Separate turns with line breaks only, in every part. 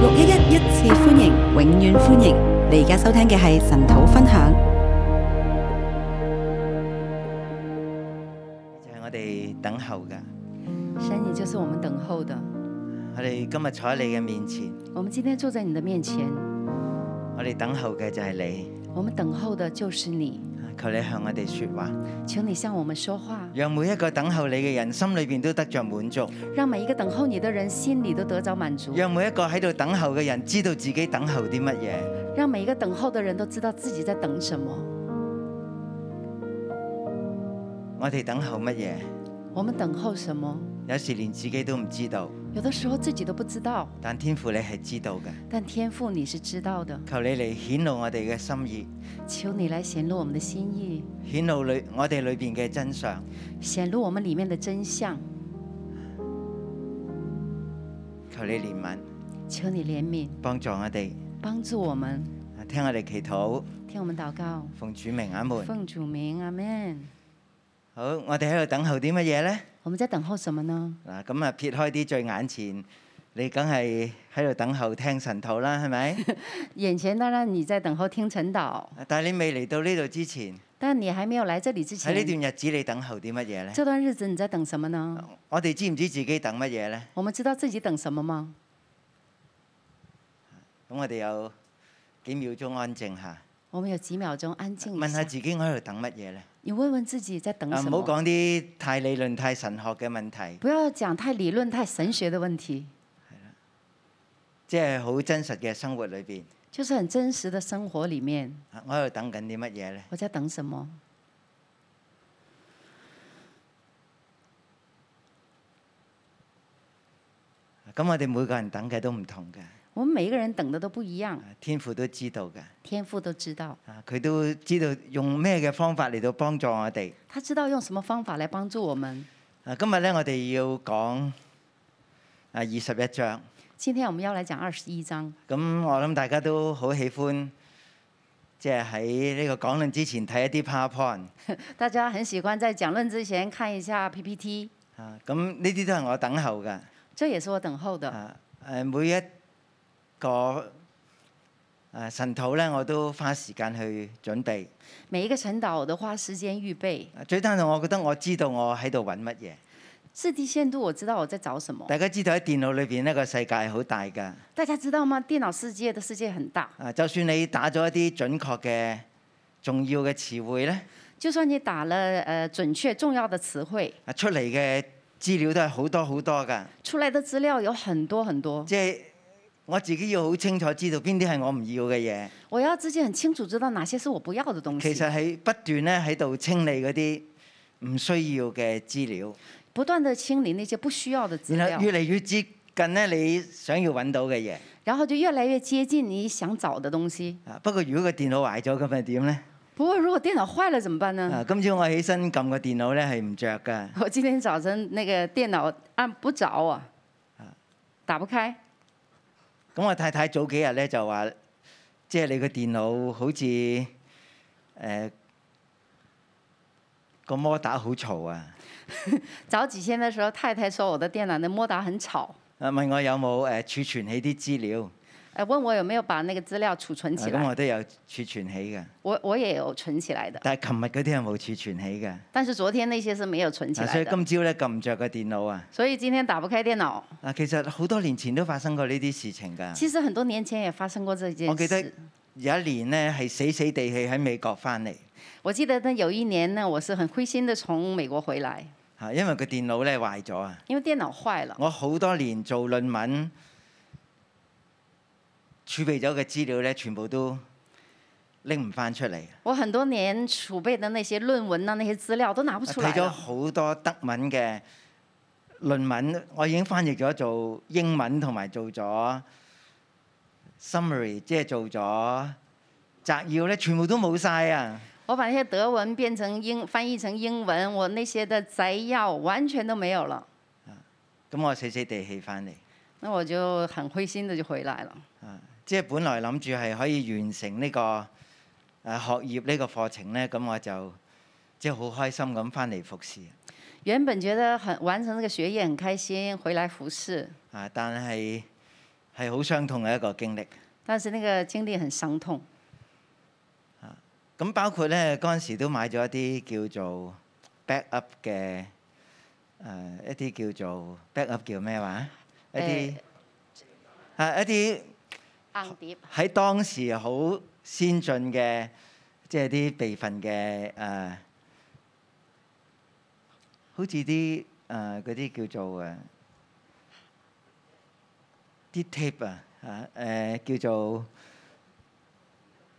六一一一次歡迎，永遠歡迎！你而家收聽嘅係神土分享。
就係我哋等候噶。
神，你就是我们等候的。
我哋今日坐喺你嘅面前，
我们今天坐在你的面前，
我哋等候嘅就係你。
我们等候的就是你。
求你向我哋说話，
求你向我们说话，
讓每一個等候你嘅人心裏边都得着滿足，
让每一个等候你的人心里都得着满足，
讓每一個喺度等候嘅人知道自己等候啲乜嘢。
让每一个等候的人都知道自己在等什么。
我哋等候乜嘢？
我们等候什么？
有時連自己都唔知道，
有的时候自己都不知道，
但天父你係知道嘅。
但天父你是知道的。
求你嚟顯露我哋嘅心意，
求你来显露我们的心意，
顯露裏我哋裏边嘅真相。
显露我们里面的真相。
求你憐憫，
求你怜悯，
幫助我哋，啊
帮助我们，
聽我哋祈禱，
听我们祷告。
奉主名阿門。
奉主名，阿门。
好，我哋喺度等候啲乜嘢呢？
我们在等候什么呢？
嗱，咁啊撇開啲最眼前，你梗係喺度等候聽神道啦，係咪？
眼前当然你在等候听晨祷，
但係你未嚟到呢度之前，
但你还没有来这里啊之
喺
前，
呢段日子你等候啲乜嘢呢？
这段日子你在等什么呢？
我哋知唔知自己等乜嘢呢？
我们知道自己等什么吗？
咁我哋有幾秒鐘安靜下，
我们有几秒钟安静
問
一
下
下，
自己我喺度等乜嘢呢？
你问问自己在嗯等
啊，
什
唔
么。
好講啲太理論、太神學嘅問題，
不要讲太理论、太神学的问题，
即係好真實嘅生活裏邊，
就是很真实的生活里面，
啊我喺度等緊啲乜嘢呢？
我在等什么？
咁我哋每個人等嘅都唔同嘅，
我们每一个人等的都不一样，
啊天父都知道嘅。
天父都知道，
啊！佢都知道用咩嘅方法嚟到幫助我哋。
他知道用什么方法来帮助我们。
啊，今日咧我哋要講啊二十一章，
今天我们要来讲二十一章，
咁我諗大家都好喜歡，即係喺呢個講論之前睇一啲 PowerPoint
大家很喜欢在讲论之前看一下 PPT，
啊，咁呢啲都係我等候㗎。
这也是我等候的。
啊誒，每一個誒神土咧，我都花時間去準備。
每一个晨祷我都花时间预备，
啊最單係我覺得我知道我喺度揾乜嘢。
至低限度我知道我在找什么。
大家知道喺電腦裏邊呢個世界係好大㗎。
大家知道吗？电脑世界的世界很大，
啊，就算你打咗一啲準確嘅重要嘅詞彙咧，
就算你打了呃准确重要的词汇，
啊出嚟嘅資料都係好多好多㗎。
出来的资料有很多很多。
即係我自己要好清楚知道邊啲係我唔要嘅嘢，
我要自己很清楚知道哪些是我不要的东
其
西，
實係不斷咧喺度清理嗰啲唔需要嘅資料，
不断的清理那些不需要的资
然
料
後，越嚟越接近咧你想要揾到嘅嘢。
然后就越来越接近你想找的东西。
啊，不過如果個電腦壞咗咁咪點咧？
不过如果电脑坏了怎么办呢？
啊，今朝我起身撳個電腦咧係唔着㗎，
我今天早晨那个电脑按不着啊，打不开。
咁我太太早幾日咧就話，即係你個電腦好似誒、呃、個摩打好嘈啊！
早几天的时候，太太说我的电脑的摸打很吵，
啊問我有冇誒、呃、儲存起啲資料，
呃，问我有没有把那个资料储存
啊
起
咁、
来。
我都有儲存起嘅。
我我也有存起来的，
但係琴日嗰啲係冇儲存起嘅，
但是昨天那些是没有存起
啊所
来
以
的，
今朝咧撳唔着個電腦啊！
所以今天打不开电脑。
啊，其實好多年前都發生過呢啲事情㗎。
其实很多年前也发生过这件
我記得
事。
有一年咧係死死地氣喺美國翻嚟，
我记得那有一年呢，我是很灰心的從美國回來，
嚇，啊因為個電腦咧壞咗啊！
因為電腦壞了。
我好多年做論文，儲備咗嘅資料咧，全部都拎唔翻出嚟。
我很多年儲備的那些論文啊呐、那些資料都拿不出
呃睇
來
咗
了。
好多德文嘅論文，我已經翻譯咗做英文，同埋做咗 summary，即係做咗摘要咧，全部都冇晒啊！
我把那些德文變成英，翻譯成英文，我那些的摘要完全都沒有了。
咁我死死地氣翻嚟，
那我就很灰心的就回來了。
即係本來諗住係可以完成呢、個誒、呃、學業呢個課程咧，咁我就即係好開心咁翻嚟服侍。
原本覺得很完成這個學業很開心，回來服侍，
啊，但係係好傷痛嘅一個經歷。
但是那個經歷很傷痛。
咁包括咧嗰陣時都買咗一啲叫做 back up 嘅誒、呃一啲叫做 back up 叫咩話？一啲啊一啲
硬碟
喺當時好先進嘅，即係啲備份嘅誒、呃好似啲誒嗰啲叫做誒啲 tape 啊嚇誒叫做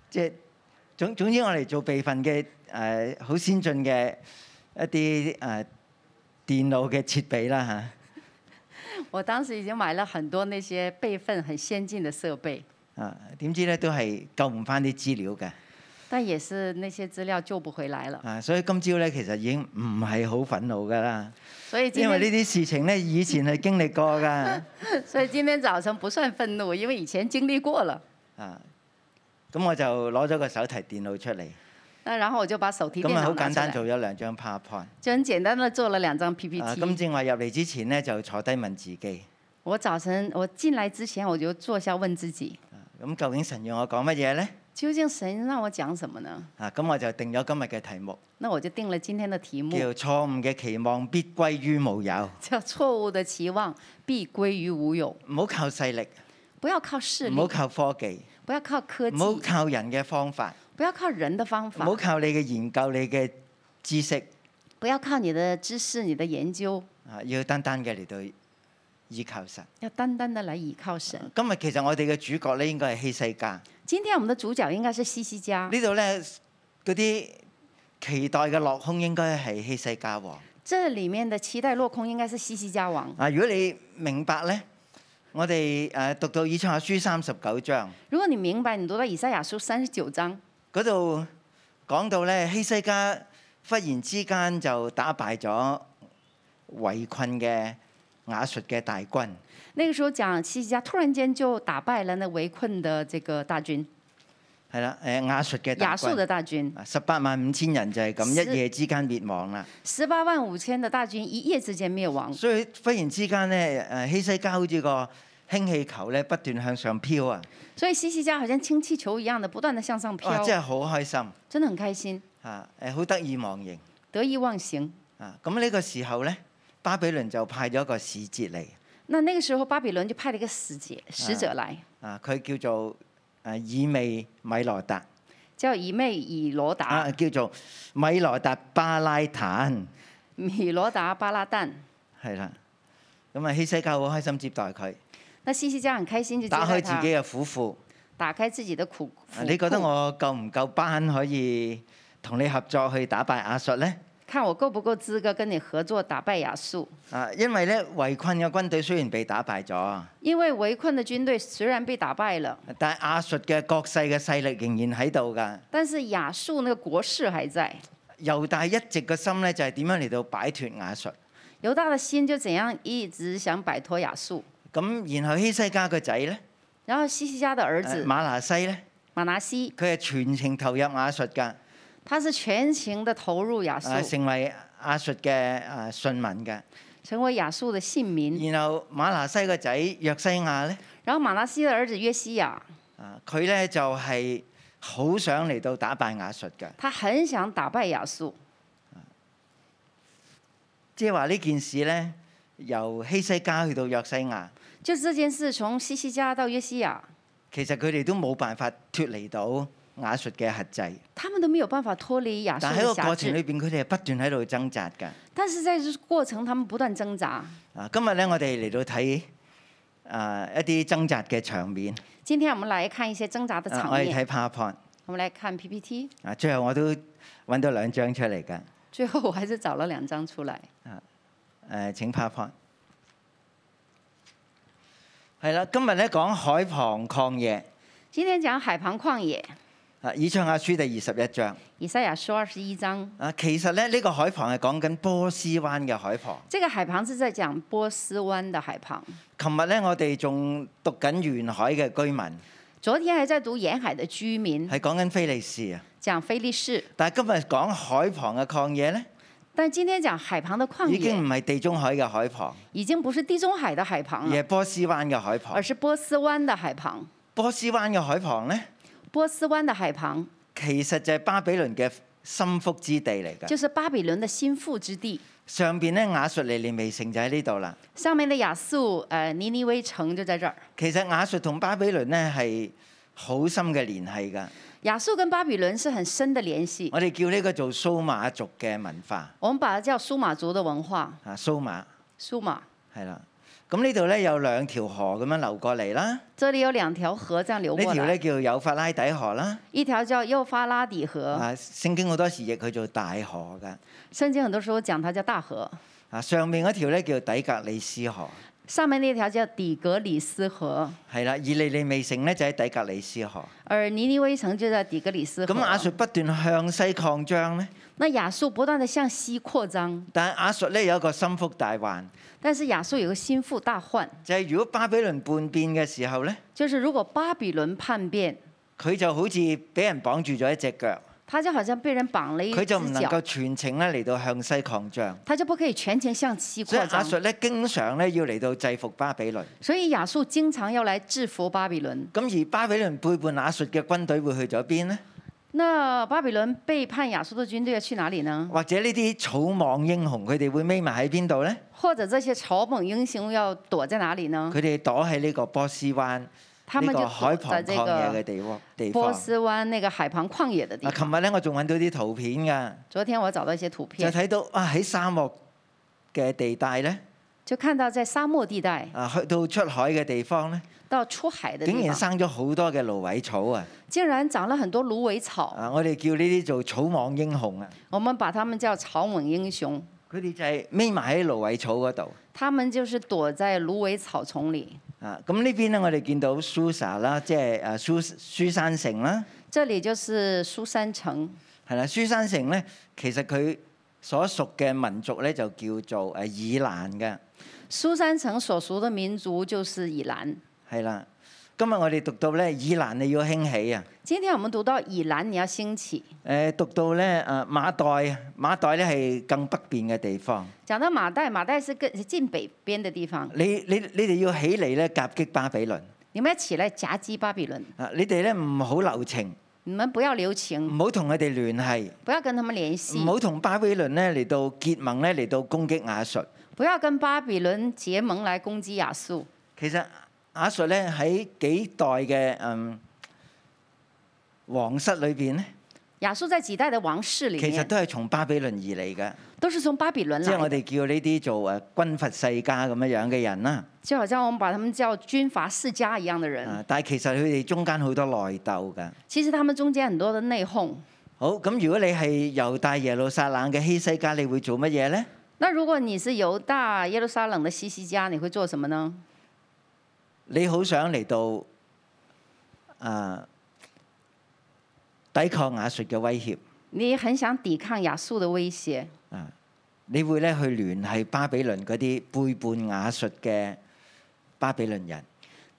即係總總之我哋做備份嘅誒好先進嘅一啲誒、呃、電腦嘅設備啦嚇。
我當時已經買了很多那些備份很先進的設備，
啊，點知咧都係救唔翻啲資料嘅，
但也是那些資料救不回來了。
啊，所以今朝咧其實已經唔係好憤怒噶啦，
所以今
因為呢
天，
啲事情咧以前係經歷 過噶，
所以今天早晨不算憤怒，因為以前經歷過了。
啊，咁我就攞咗個手提電腦出嚟，
那然後我就把手提電
咁啊好
腦拿
簡
出
單
來，
做咗兩張 PowerPoint，
就很簡單的做了兩張
啊，咁
PPT。
正話入嚟之前咧就坐低問自己，
我早晨我進來之前我就坐下問自己，
啊咁究竟神要我講乜嘢咧？
究竟神讓我講什麼呢？
啊，咁我就定咗今日嘅題目，
那我就定了今天的題目，
叫錯誤嘅期望必歸於無有，
叫錯誤的期望必歸於無有。
唔好靠勢力，
不要靠勢
唔好
力，
靠科技，
不要靠科技
唔，好靠人嘅方法。
不要靠人的方
唔
法
好，靠你嘅研究、你嘅知識
不要靠你的知識、你的研究，
啊，要單單嘅嚟到依靠神。
要單單的來倚靠神。
今日啊其實我哋嘅主角咧應該係希西家。
今天我們的主角應該是西西家，
呢度咧嗰啲期待嘅落空應該係希西家王。
這裡面的期待落空應該是西西家王。
啊，如果你明白咧，我哋誒讀到以賽亞書三十九章
如果你明白，你讀到以賽亞書三十九章，
嗰度講到咧，希西家忽然之間就打敗咗圍困嘅亞述嘅大軍。
那個時候講西西家突然間就打敗了那圍困的這個大軍，
係啦，誒亞述嘅大
亞
軍
述。的大軍，
啊，十八萬五千人就係咁
是
一夜之間滅亡啦。
十八萬五千的大軍一夜之間滅亡。
所以忽然之間咧，誒希西家好似個氫氣球咧不斷向上飄啊，
所以西西家好像氫氣球一樣的不斷的向上
哇！真
飄，
係好開心
真的很開心，
啊，誒好得意忘形
得意忘形。
啊！咁呢個時候咧，巴比倫就派咗個使節嚟
那那個時候巴比倫就派了一個使節使者來，
啊，佢叫做誒以味米羅達
叫以妹以羅
啊，
達、
叫做米羅達巴拉坦
米羅達巴拉旦。
係啦。咁啊，希西家好開心接待佢，
那西西家很開心就接
打開
待
自
他，
己嘅府庫。
打開自己的苦。府
啊你覺得
庫
我夠唔夠班可以同你合作去打敗亞述呢？
看我夠不夠資格跟你合作打敗亞述？
啊，因為咧圍困嘅軍隊雖然被打敗咗，
因為圍困的軍隊雖然被打敗了，
但係亞述嘅國勢嘅勢力仍然喺度㗎。
但是亞述那個國勢還在。
猶大一直嘅心咧就係點樣嚟到擺脱亞述。
猶大的心就怎樣一直想擺脫亞述。
咁然後希西家個仔咧，
然後西西家的兒
誒
子
馬拿西咧，
馬拿西，
佢係全程投入亞述㗎，
他是全情的投入亞
啊
述，
成為亞述嘅啊信民㗎。
成為亞述的姓民。
然後馬拿西個仔約西亞咧，
然後馬拿西的兒子約西亞，
啊佢咧就係、好想嚟到打敗亞述㗎。
他很想打敗亞述。
即係話呢件事呢，由希西家去到約西亞，
就這件事，從西西家到約西亞，
其實佢哋都冇辦法脱離到亞述嘅轄制。
他們都沒有辦法脫離亞
但
述
喺
的
個
轄
過程
制。
裏邊，佢哋係不斷喺度掙扎㗎。
但是在這過程，他們不斷掙扎。
啊，今日呢，我哋嚟到睇啊一啲掙扎嘅場面。
今天我們來看一些掙扎的
啊
場
我哋
面。
睇 PowerPoint。
我們來看 PPT，
啊，最後我都揾到兩張出嚟㗎。
最後我還是找了兩張出來。
誒、請 PowerPoint。係啦，今日咧講海旁曠野。
今天講海旁曠野，
啊，以賽亞書第二十一章。
以賽亞書二十一章。
啊，其實咧呢、呢個海旁係講緊波斯灣嘅海旁。
這個海旁是在講波斯灣的海旁。
琴日咧，我哋仲讀緊沿海嘅居民，
昨天還在讀沿海的居民，
係講緊非利士啊。
講非利士，
但係今日講海旁嘅曠野咧，
但今天講海旁的曠野，
已經唔係地中海嘅海旁，
已經不是地中海的海旁
而
了，
係波斯灣嘅海旁
而。是波斯灣的海旁。
波斯灣嘅海旁呢，
波斯灣的海旁
其實就係巴比倫嘅心腹之地嚟
就
㗎。
是巴比倫的心腹之地，
上邊呢，亞述尼尼微城就喺呢度啦。
上面的亞述呃尼尼微城就在這兒。
其實亞述同巴比倫呢係好深嘅聯繫㗎。
亞述跟巴比倫是很深的聯繫，
我哋叫呢個做蘇馬族嘅文化
我們把它叫蘇馬族的文化。
啊，蘇馬
蘇馬
係啦。咁呢度呢，有兩條河咁樣流過嚟啦，呢
這裡有兩條河這樣流過
條
來
呢，叫有法拉底河啦。
一條叫幼發拉底河，
啊，聖經好多時譯佢做大河㗎。
聖經很多時候講它叫大河，
啊，上面嗰條咧叫底格里斯河，
上面那條叫底格里斯河，
係啦，以利利未城咧就喺底格里斯河。
而尼尼微城就在底格里斯河。
咁亞述不斷向西擴張咧，
那亞述不斷的向西擴張，
但係亞述咧有一個心腹大患，
但是亞述有個心腹大患，
就係、如果巴比倫叛變嘅時候咧，
就是如果巴比倫叛變，
佢就好似俾人綁住咗一隻腳，
他就好像被人綁了一
佢就唔
隻
能夠
腳，
全程咧嚟到向西擴張。
他就不可以全程向西
所以
擴
亞述
張。
咧經常咧要嚟到制服巴比倫，
所以亞述經常要來制服巴比倫。
咁而巴比倫背叛亞述嘅軍隊會去咗邊呢？
那巴比倫背叛亞述的軍隊要去哪裡呢？
或者呢啲草莽英雄佢哋會匿埋喺邊度呢？
或者這些草莽英雄要躲在哪裡呢？
佢哋躲喺呢個波斯灣
他
呢
們就
個海
躲
旁
在這
曠野嘅
個
地方地方
波。斯灣那個海旁曠野的地
啊，
方。
琴日咧我仲揾到啲圖片㗎，
昨天我找到一些圖
就
片，
睇到啊喺沙漠嘅地帶咧，
就看到在沙漠地帶
啊去到出海嘅地方咧，
到出海的
竟
地
然
方，
生咗好多嘅蘆葦草啊！
竟然長了很多蘆葦草。
啊，我哋叫呢啲做草莽英雄啊，
我們把他們叫草莽英雄，
佢哋就係匿埋喺蘆葦草嗰度。
他們就是躲在蘆葦草叢裡。
啊，咁呢邊咧，我哋見到蘇薩啦，即係誒蘇蘇山城啦，
這裡就是蘇山城，
係啦，蘇山城咧，其實佢所屬嘅民族咧就叫做誒以蘭嘅。
蘇山城所屬的民族就是以蘭。
係啦，今日我哋讀到咧，以蘭你要興起啊！
今天我們讀到以蘭，你要興起。
誒讀到咧誒馬代，馬代咧係更北邊嘅地方。
講到馬代，馬代是更近北邊的地方，
你你你哋要起嚟咧夾擊巴比倫
你們要起來夾擊巴比倫，
啊！你哋咧唔好留情，
你們不要留情，
唔好同佢哋聯繫，
不要跟他們聯
唔
繫，
好同巴比倫咧嚟到結盟咧嚟到攻擊亞述。
不要跟巴比倫結盟來攻擊亞述。
其實亞述咧喺幾代嘅嗯皇室裏邊咧，
亞述在幾代的王室裡
其實
面
都係從巴比倫而嚟嘅，
都是從巴比倫
即係
來
我
的，
哋叫呢啲做誒軍閥世家咁樣樣嘅人啦。
就好像我們把他們叫軍閥世家一樣的人。
啊！但係其實佢哋中間好多內鬥㗎。
其實他們中間很多的內訌。
好，咁如果你係猶大耶路撒冷嘅希西家，你會做乜嘢呢？
那如果你是猶大耶路撒冷的西西家，你會做什麼呢？
你好想嚟到啊抵抗亞述嘅威脅
你很想抵抗亞述的威脅，
啊！你會咧去聯繫巴比倫嗰啲背叛亞述嘅巴比倫人，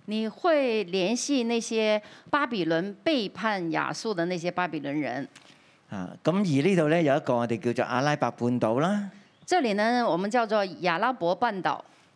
你會聯繫那些巴比倫背叛亞述的那些巴比倫人。
啊！咁而呢度咧有一個我哋叫做阿拉伯半島啦，
這裡呢，我們叫做亞拉伯半島，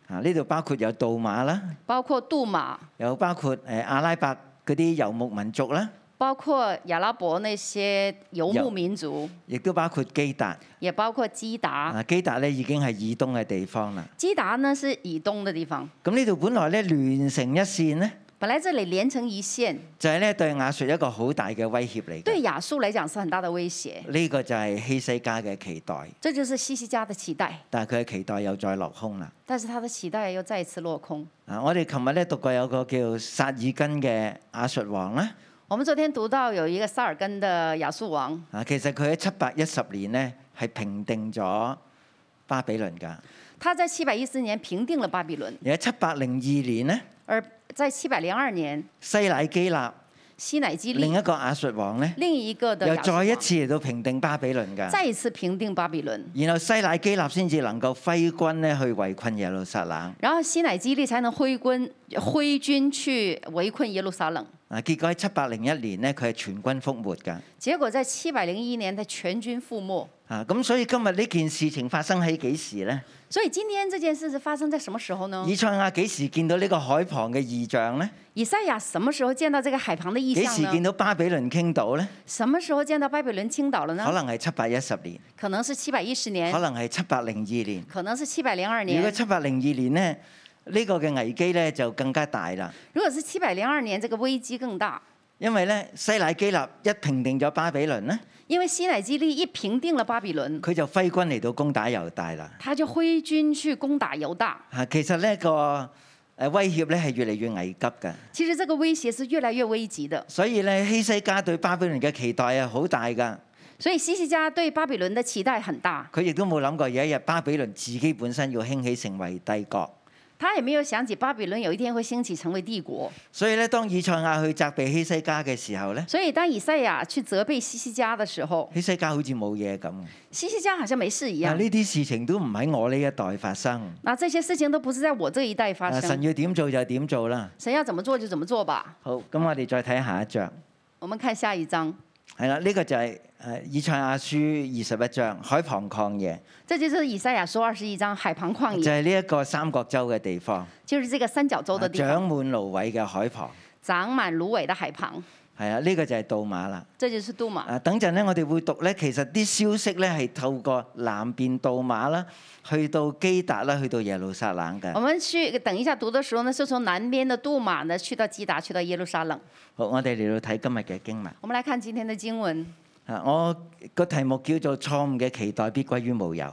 啊呢度包括有杜馬啦，
包括杜馬，
有包括誒阿拉伯嗰啲遊牧民族啦，
包括亞拉伯那些游
有
牧民族，
亦都包括基達。
也包括基達。
啊，基達咧已經係以東嘅地方啦。
基達呢是以東的地方，
咁呢度本來咧連成一線呢，
本來這裡連成一線，
就係咧對亞述一個好大嘅威脅嚟嘅。
對亞述來講是很大的威脅。
呢個就係希西家嘅期待，
這就是西西家的期待。
但係佢嘅期待又再落空啦。
但是他的期待又再一次落空。
啊，我哋琴日咧讀過有個叫撒爾根嘅亞述王啦。
我們昨天讀到有一個薩爾根的亞述王，
啊，其實佢喺七百一十年呢係平定咗巴比倫㗎，
他在七百一四年平定了巴比倫，
而喺七百零二年呢，
而在七百零二年，
西乃基立
西乃基
另
利
一個亞述王呢，
另一個的
又
亞述
再
王
一次啊嚟到平定巴比倫㗎。
再一次平定巴比倫，
然後西乃基立先至能夠揮軍咧去圍困耶路撒冷，
然後西乃基利才能揮軍揮軍去圍困耶路撒冷。
啊結果喺七百零一年呢，佢係全軍覆沒㗎。
結果在七百零一年，他全軍覆沒。
啊，咁所以今日呢件事情發生喺幾時呢？
所以今天这件事是發生在什麼時候呢
以？賽亞幾時見到呢個海旁嘅異象呢？
以賽亞什麼時候見到這個海旁的異
幾
象
時見
呢？
到巴比倫傾倒呢？
什麼時候見到巴比倫傾倒了
可
呢？
能係七百一十年，
可能是七百一十年
可，能係七百零二年。
可能是七百零二
如果
年。
七百零二年呢，呢、個嘅危機呢就更加大啦，
如果是七百零二年，這個危機更大，
因為呢，西乃基立一平定咗巴比倫呢，
因為西乃基利一平定了巴比倫，
佢就揮軍嚟到攻打猶大啦。
他就揮軍去攻打猶大。
啊，其實呢個誒威脅呢係越嚟越危急嘅，
其實這個威脅是越來越危急的，
所以呢，希西家對巴比倫嘅期待係好大㗎。
所以西西家對巴比倫的期待很大，
佢亦都冇諗過有一日巴比倫自己本身要興起成為帝國。
他也沒有想起巴比倫有一天會興起成為帝國。
所以咧，當以賽亞去責備希西家嘅時候咧，
所以當以賽亞去責備西西家的時候，
希西家好似冇嘢咁。
西西家好像沒事一
但
樣。
呢啲事情都唔喺我呢一代發生。
那這些事情都不是在我這一代發
啊神
生，
要點做就點做啦。
神要怎麼做就怎麼做吧。
好，咁我哋再睇下一章。
我們看下一章，
係啦，呢、個就係誒以賽亞書二十一章海旁曠野，
這就是以賽亞書二十一章海旁曠
就
野，
係呢一個三角洲嘅地方，
就是這個三角洲的地
啊
方，
長滿蘆葦嘅海旁。
長滿蘆葦的海旁，
係啊，呢、個就係杜馬啦。
這就是杜馬。
啊，等陣咧，我哋會讀咧，其實啲消息咧係透過南邊杜馬啦，去到基達啦，去到耶路撒冷嘅
我。們去等一下讀的時候呢，是從南邊的杜馬呢去到基達，去到耶路撒冷。
好，我哋嚟到睇今日嘅經文。
我們來看今天的經文，
啊，我個題目叫做錯誤嘅期待必歸於無有。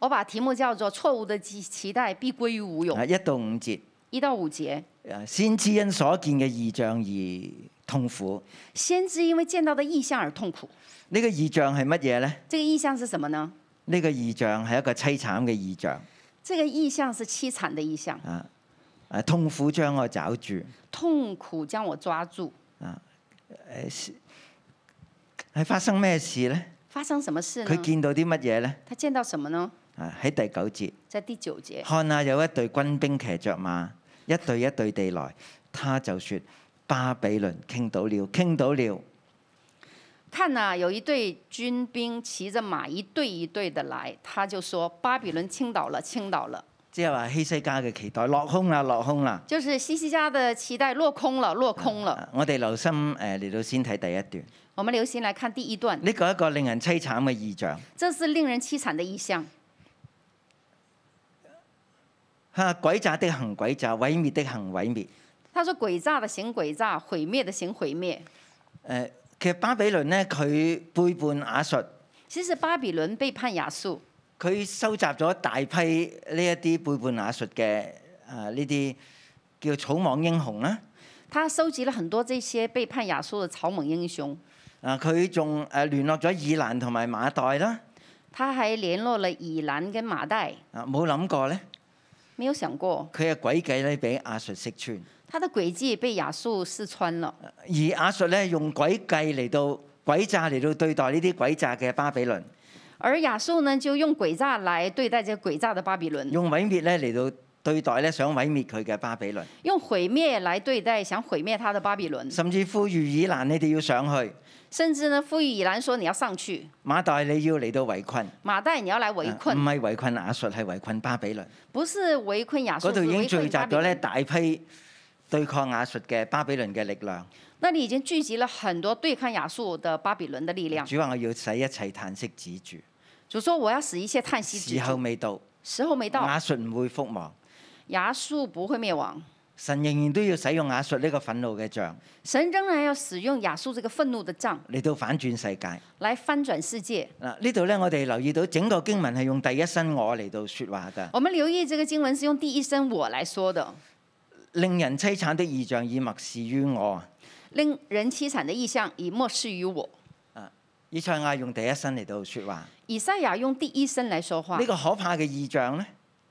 我把題目叫做“錯誤的期期待必歸於無有
啊，一到五節，”。
一到五節，
啊，先知因所見嘅異象而痛苦。
先知因為見到的異象而痛苦。
呢、個異象係乜嘢呢？
這個異象是什麼呢？
呢、個異象係一個凄慘嘅異象。
這個異象是凄慘的異象，
啊，啊，痛苦將我抓住。
痛苦將我抓住。
係發生咩事呢？
發生什麼事
佢
呢？
見到啲乜嘢呢？
他見到什麼呢？
啊，喺第九節。
在第九節，
看啊，有一隊軍兵騎着馬，一隊一隊地來。他就說：巴比倫傾倒了，傾倒了。
看呐、有一隊軍兵騎着馬，一隊一隊的來，他就說：“巴比倫傾倒了，傾倒了。”
即係話希西家嘅期待落空啦，落空啦。
就是西西家的期待落空了，落空了。
啊我哋留心誒嚟到先睇第一段，
我們留心來看第一段，
呢個一個令人凄慘嘅異象。
這是令人凄慘的意象。
嚇，鬼詐的行鬼詐，毀滅的行毀滅。誒、
他說：“詭詐的行詭詐，毀滅的行毀滅。
其實巴比倫呢，佢背叛亞述，”
其實巴比倫背叛亞述，
佢收集咗大批呢一啲背叛亞述嘅誒呢啲叫草莽英雄啦。
他收集了很多這些背叛亞述的草莽英雄，
啊，佢仲誒聯絡咗以蘭同埋馬代啦。
他還聯絡了以蘭跟馬代。
啊，冇諗過咧，
沒有想過，
佢嘅詭計咧俾亞述識穿，
他的詭計被亞述試穿了，
而亞述咧用詭計嚟到詭詐嚟到對待呢啲詭詐嘅巴比倫，
而亞述呢就用詭詐來對待這個詭詐的巴比倫，
用毀滅咧嚟到對待咧想毀滅佢嘅巴比倫，
用毀滅來對待想毀滅他的巴比倫，
甚至呼籲以蘭你哋要上去，
甚至呢呼籲以蘭說你要上去，
馬代你要嚟到圍困，
馬代你要來
啊
圍
唔
困，
係圍困亞述，係圍困巴比倫。
不是圍困亞述，
嗰度
是
已經
圍
聚
困
集
巴比
咗咧
倫。
大批對抗亞述嘅巴比倫嘅力量。
那裡已經聚集了很多對抗亞述的巴比倫的力量。
主話我要使一切嘆息止住，
主說我要使一切嘆息止
時候嗯
住，
未到，
時候沒到，
亞述唔會覆亡。
亞述不會滅亡，
神仍然都要使用亞述呢個憤怒嘅杖
神仍然要使用亞述這個憤怒的杖
嚟到反轉世界。
來翻轉世界。
嗱，呢度咧我哋留意到整個經文係用第一身我嚟到説話㗎，
我們留意這個經文是用第一聲我來說的，
令人凄慘的異象已默示於我。
令人凄慘的意象已漠視於我。
以賽亞用第一身嚟到説話，
以賽亞用第一聲來說話
呢、，個可怕嘅異象咧，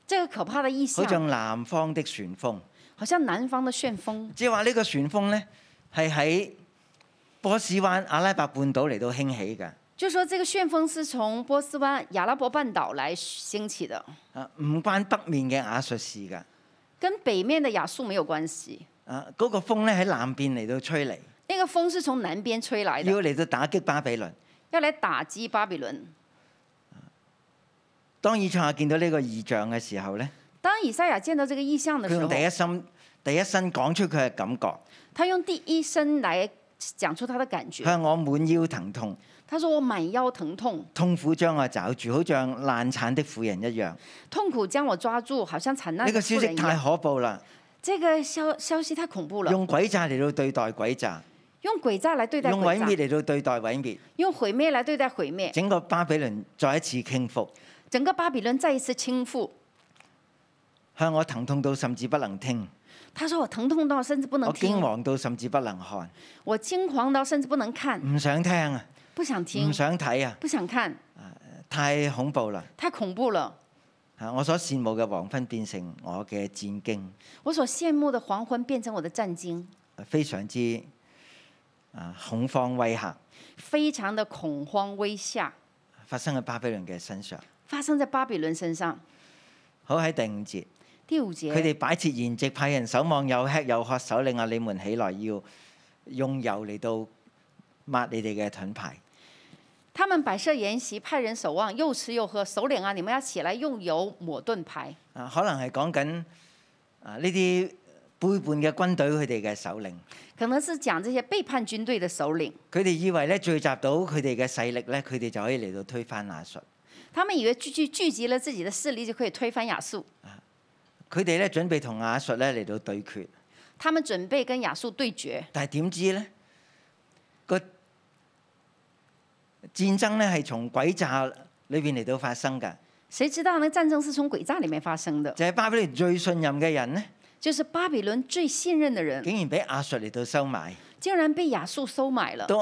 這個可怕的意象
好像南方的旋風，
好像南方的旋風，
即係話呢個旋風咧係喺波斯灣阿拉伯半島嚟到興起㗎。
就說這個旋風是從波斯灣亞拉伯半島來興起的，
啊，唔關北面嘅亞述事㗎。
跟北面的亞述沒有關係。
啊，嗰、個風咧喺南邊嚟到吹嚟，
那個風是從南邊吹來的，
要嚟到打擊巴比倫。
要來打擊巴比倫。
當以賽亞見到呢個異象嘅時候咧，
当以赛亚见到这个意象的
佢
时
用
候，
第一心第一身講出佢嘅感覺，
他用第一声来讲出他的感觉。
向我滿腰疼痛，
他说：“我满腰疼痛，
痛苦將我抓住，好像難產的婦人一樣。
痛苦将我抓住，好像惨
呢、
难
個
的
消
妇人
息
一
太
样。
可怖啦！”
这个消消息太恐怖了，
用詭詐嚟到對待詭詐，
用诡诈来对待
用毀
诡
滅
诈，
嚟到對待毀滅，
用毁灭来对待毁灭。
整個巴比倫再一次傾覆，
整个巴比伦再一次倾覆。
向我疼痛到甚至不能聽，
他说：“我疼痛到甚至不能
我
听
驚，惶到甚至不能看，
我惊惶到甚至不能看，
唔想聽啊，
不想听
唔，想睇啊，
不想看，
太恐怖啦！
太恐怖了。
啊！我所羨慕嘅黃昏變成我嘅戰經，
我所羡慕的黄昏变成我的战惊，
非常之啊恐慌威嚇，
非常的恐慌危吓，
發生喺巴比倫嘅身上。
发生在巴比伦身上。”
好喺第五節，
第五
佢
节，
哋擺設筵席，派人守望，有吃有喝，首領啊，你們起來要用油嚟到抹你哋嘅盾牌。
他们摆设筵席，派人守望，又吃又喝。首领啊，你们要起来用油抹盾牌。
啊，可能係講緊啊呢啲背叛嘅軍隊佢哋嘅首領，
可能是讲这些背叛军队的首领，
佢哋以為咧聚集到佢哋嘅勢力咧，佢哋就可以嚟到推翻亞述。
他们以为聚聚聚集了自己的势力就可以推翻亚述，
佢哋咧準備同亞述咧嚟到對決，
他们准备跟亚述对决。
但係點知咧個戰爭咧係從詭詐裏邊嚟到發生㗎，
谁知道呢？战争是从诡诈里面发生的，
就係、巴比倫最信任嘅人咧，
就是巴比伦最信任的人，
竟然俾亞述嚟到收買。
竟然被亚述收买了。
當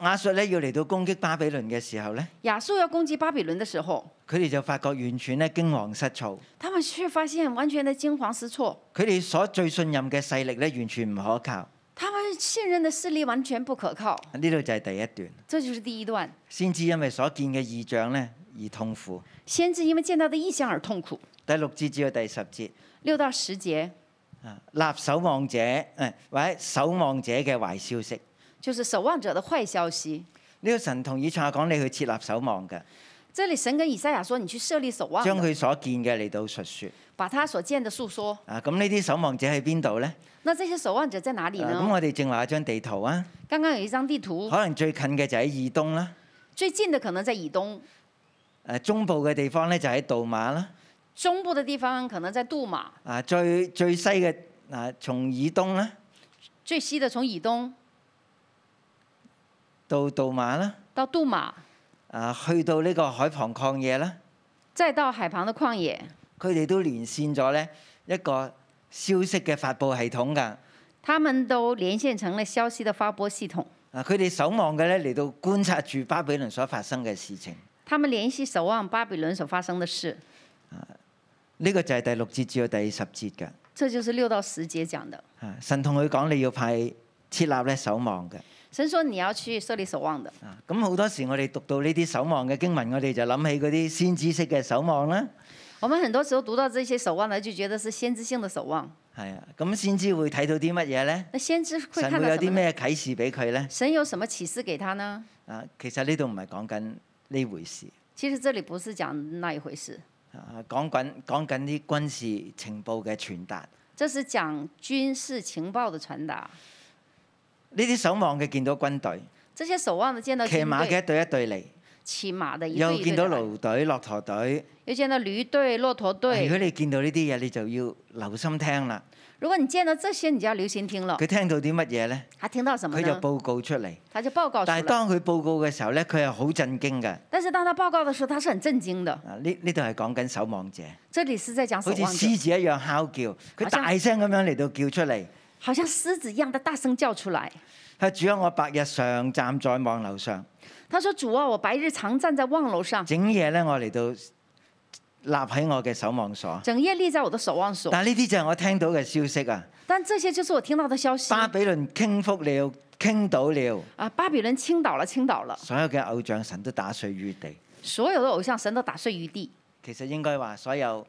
亞述咧要嚟到攻擊巴比倫嘅時候咧，
亚述要攻击巴比伦的时候，
佢哋就發覺完全咧驚惶失措，
他们却发现完全的惊惶失措，
佢哋所最信任嘅勢力咧完全唔可靠。
他们信任的势力完全不可靠。
呢度就係第一段，
这就是第一段。
先知因為所見嘅異象咧而痛苦。
先知因为见到的异象而痛苦。
第六節至到第十節。
六到十节
啊立守望者，誒、或者守望者嘅壞消息。
就是守望者的坏消息。
呢、個神同以賽亞講，你去設立守望嘅，
这里神跟以赛亚说：“你去设立守望
將
的，
佢所見嘅嚟到述説。
把他所见的述说。
啊，咁呢啲守望者喺邊度呢？啊
那这些守望者在哪里
咁、
呢？
我哋正話有張地圖啊，
刚刚有一张地图，
可能最近嘅就喺以東啦，
最近的可能在以东，
誒、中部嘅地方咧就喺杜馬啦，
中部的地方可能在杜马，
啊最最西嘅啊從以東啦
最西的从以东
到杜馬啦，
到杜马，
啊去到呢個海旁曠野啦，
再到海旁的旷野，
佢哋都連線咗咧一個消息嘅發布系統㗎。
他们都连线成了消息的发播系统。
啊！佢哋守望嘅咧嚟到觀察住巴比倫所發生嘅事情，
他们联系守望巴比伦所发生的事，
呢、個就係第六節至到第十節嘅。
这就是六到十节讲的。
啊！神同佢講你要派設立咧守望嘅。
神说你要去设立守望的。
啊！咁好多時我哋讀到呢啲守望嘅經文，我哋就諗起嗰啲先知式嘅守望啦。
我们很多时候读到这些守望呢，就觉得是先知性的守望。
係啊，咁先知會睇到啲乜嘢咧？
那先知会
神
看
會
到
有
什么
啲
呢？
咩啟示俾佢咧？
神有什么启示给他呢？
啊！其實呢度唔係講緊呢回事，
其实这里不是讲那一回事，
啊講緊講緊啲軍事情報嘅傳達。
这是讲军事情报的传达。
呢啲守望嘅見到軍隊，
这些守望的见到
騎
军
馬
队，
嘅一隊一隊嚟。
骑马的一
又
队一
見
队
到
的来，
驢隊、駱駝隊。啊
又见到驴队、骆驼
如果
队。
哎你見到呢啲嘢，你就要留心聽啦。
如果你见到这些，你就要留心听了。
佢聽到啲乜嘢呢？
他听到什么
佢就
呢？
報告出嚟。
他就报告出
但係
来。
當佢報告嘅時候呢，佢係好震驚嘅。
但是当他报告的时候，他是很震惊的。
啊！呢呢度係講緊守望者，
这里是在讲守
好似
望者，
獅子一樣哮叫，佢
好像
大聲咁樣嚟到叫出嚟。
好像狮子一样的大声叫出来。
佢話主啊，我白日常站在望樓上，
他说：“主啊，我白日常站在望楼上，
整夜呢，我嚟到立喺我嘅守望所。
整夜立在我的守望所。
但係呢啲就係我聽到嘅消息啊！”
但这些就是我听到的消息
巴比倫傾覆了，傾倒了，
啊！巴比伦倾倒了，倾倒了，
所有嘅偶像神都打碎於地。
所有的偶像神都打碎于地。
其實應該話，所有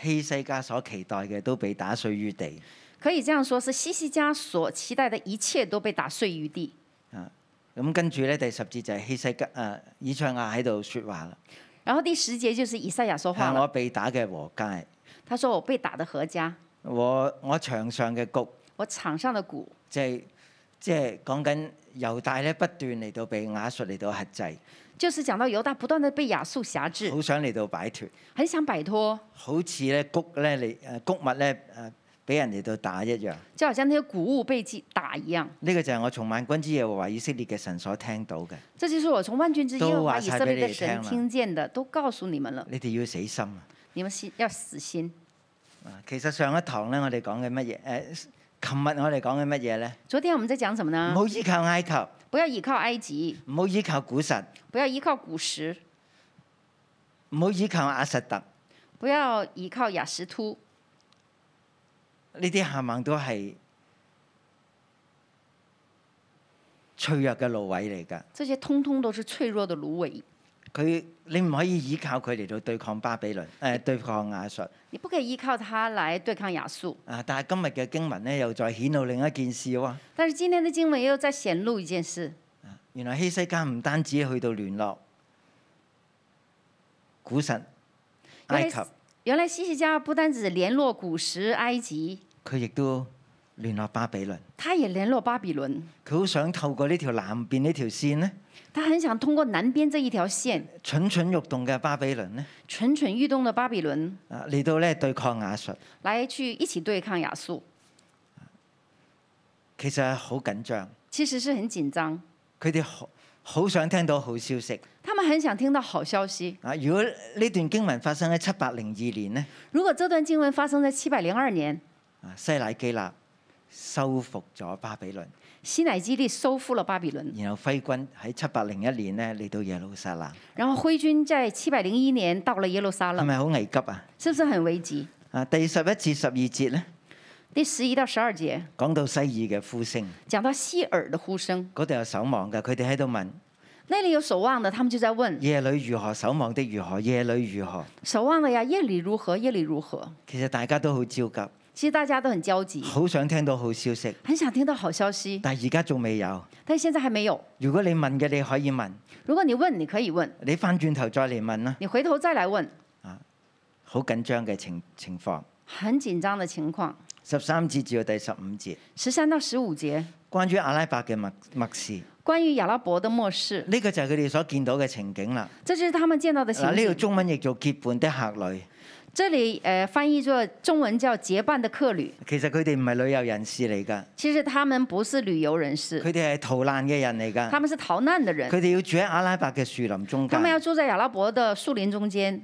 希西家所期待嘅都被打碎於地。
可以这样说，是西西家所期待的一切都被打碎于地。
咁跟住咧，第十節就係希西家誒、呃以賽亞喺度説話啦。
然然后第十节就是以赛亚说话
係
了，
我被打嘅和街，
他说：“我被打的何家，
我我場上嘅局，
我场上的鼓。
即係即係講緊猶大咧不斷嚟到被亞述嚟到核制，”
就是讲到犹大不断的被亚述辖制，
好想嚟到擺脱，
很想摆脱，
好似咧谷咧嚟誒谷物咧誒俾人嚟到打一樣。
就好像那些谷物被击打一样。
呢、個就係我從萬軍之耶和華以色列嘅神所聽到嘅，
这就是我从万军之耶和华
都
以
话晒
色列的
俾你哋
神
听啦
听见的，都告诉你们了。
你哋要死心啊！
你们心要死心。
啊其實上一堂咧，我哋講嘅乜嘢？誒、呃琴日我哋講嘅乜嘢咧？
昨天我们在讲什么
唔
呢？
好依靠埃及，
不要依靠埃及，
唔好依靠古實，
不要依靠古时，
唔好依靠亞實特，呢
不要依靠雅什突，
啲下猛都係脆弱嘅蘆葦嚟㗎。
这些通通都是脆弱的芦苇。
佢你唔可以依靠佢嚟到對抗巴比倫，誒、對抗亞述。
你不可以依靠它来对抗亚述。
啊！但係今日嘅經文咧，又再顯露另一件事喎。
但是今天的经文又在显露一件事：
原來希西家唔單止去到聯絡古神埃及，
原来西西家不单只联络古时埃及，
佢亦都聯絡巴比倫。
他也联络巴比伦。
佢好想透過呢條南邊呢條線呢，
他很想通过南边这一条线，
蠢蠢欲動嘅巴比倫呢，
蠢蠢欲动的巴比伦
啊嚟到咧對抗亞述，
来去一起对抗亚述，
其實係好緊張。
其实是很紧张。
佢哋好好想聽到好消息
他们很想听到好消息。
啊！如果呢段經文發生喺七百零二年呢，
如果这段经文发生在七百零二年，
啊西乃基立收復咗巴比倫，
西乃基利收复了巴比伦，
然後揮軍喺七百零一年呢嚟到耶路撒冷，
然后挥军在七百零一年到了耶路撒
係
冷，
咪好危急啊？
是不是很危急？
啊，第十一至十二節咧，
第十一到十二节
講到西爾嘅呼聲，
讲到希尔的呼声，
嗰度有守望嘅，佢哋喺度問
那里有守望的，他们就在问
夜裏如何，守望的如何，夜裏如何。
守望的呀，夜里如何？夜里如何？
其實大家都好焦急，
其实大家都很焦急，
好想聽到好消息，
很想听到好消息，
但係而家仲未有。
但现在还没有。
如果你問嘅，你可以問，
如果你问，你可以问，
你翻轉頭再嚟問啦。
你回头再来问，
好緊張嘅情情況。
很緊張的情況。
十三節至到第十五節，
十三到十五节，
關於阿拉伯嘅默默示，呢、
关于亚拉伯的末世，
個就係佢哋所見到嘅情景啦。
这就是他们见到的情
嗱，呢
景
度。中文譯做結伴的客旅，
这里呃翻译作中文叫结伴的客旅，
其實佢哋唔係旅遊人士嚟㗎，
其实他们不是旅游人士，
佢哋係逃難嘅人嚟㗎。
他们是逃难的人
佢，哋要住喺阿拉伯嘅樹林中
他
間
们，要住在亚拉伯的树林中间。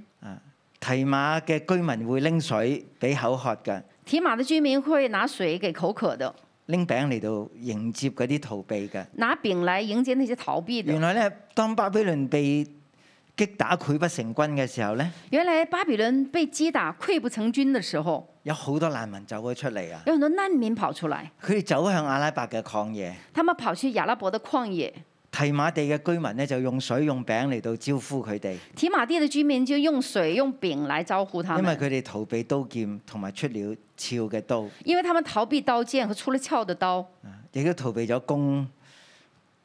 提馬嘅居民會拎水俾口渴嘅，
提马的居民会拿水给口渴的，
拎餅嚟到迎接嗰啲逃避嘅。
拿饼来迎接那些逃避
原
的。
來咧，當巴比倫被擊打潰不成軍嘅時候咧，
原来巴比伦被击打溃不成军的时候，
有好多難民走咗出嚟啊！
有很多难民跑出来，
佢哋走向阿拉伯嘅曠野，
他们跑去亚拉伯的旷野。
提馬地嘅居民咧就用水用餅嚟到招呼佢哋，
提马地的居民就用水用饼来招呼他
因
们，
為佢哋逃避刀劍同埋出了鞘嘅刀，
因为他们逃避刀剑和出了鞘的刀，
啊亦都逃避咗弓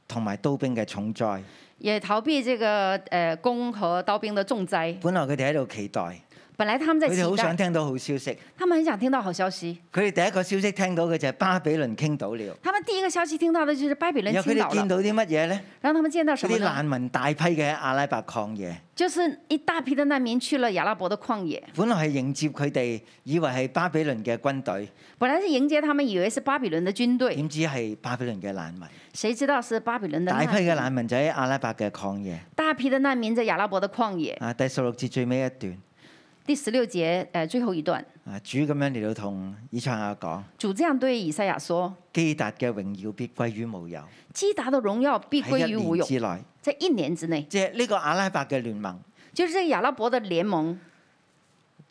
同埋刀兵嘅重災。
也逃避这个呃弓和刀兵的重灾。
本來佢哋喺度期待，
本来他们在
佢哋
期
好想
待，
聽到好消息。
他们很想听到好消息。
佢哋第一個消息聽到嘅就係巴比倫傾倒了。
他们第一个消息听到的就是巴比伦
然後
倾
佢
倒
哋見
了，
到啲乜嘢呢？
让他们见到
嗰
什么
啲
呢？
難民大批嘅喺阿拉伯抗野，
就是一大批的难民去了亚拉伯的旷野，
本來係迎接佢哋，以為係巴比倫嘅軍隊，
本来是迎接他们，以为是巴比伦的军队，
點知係巴比倫嘅難民。
谁知道是巴比伦的
大
难
批嘅
民。
難民就喺阿拉伯嘅抗野。
大批的难民在亚拉伯的旷野。
啊，第十六節最尾一段，
第十六节，呃，最后一段，
啊，主咁樣嚟到同以賽亞講：
主这样对以赛亚說：
基達嘅榮耀必歸於無有，
基达的荣耀必
喺
归
一
于无
年
有。
之內。
在一年之内，
即係呢個阿拉伯嘅聯盟，
就是这个亚拉伯的联盟，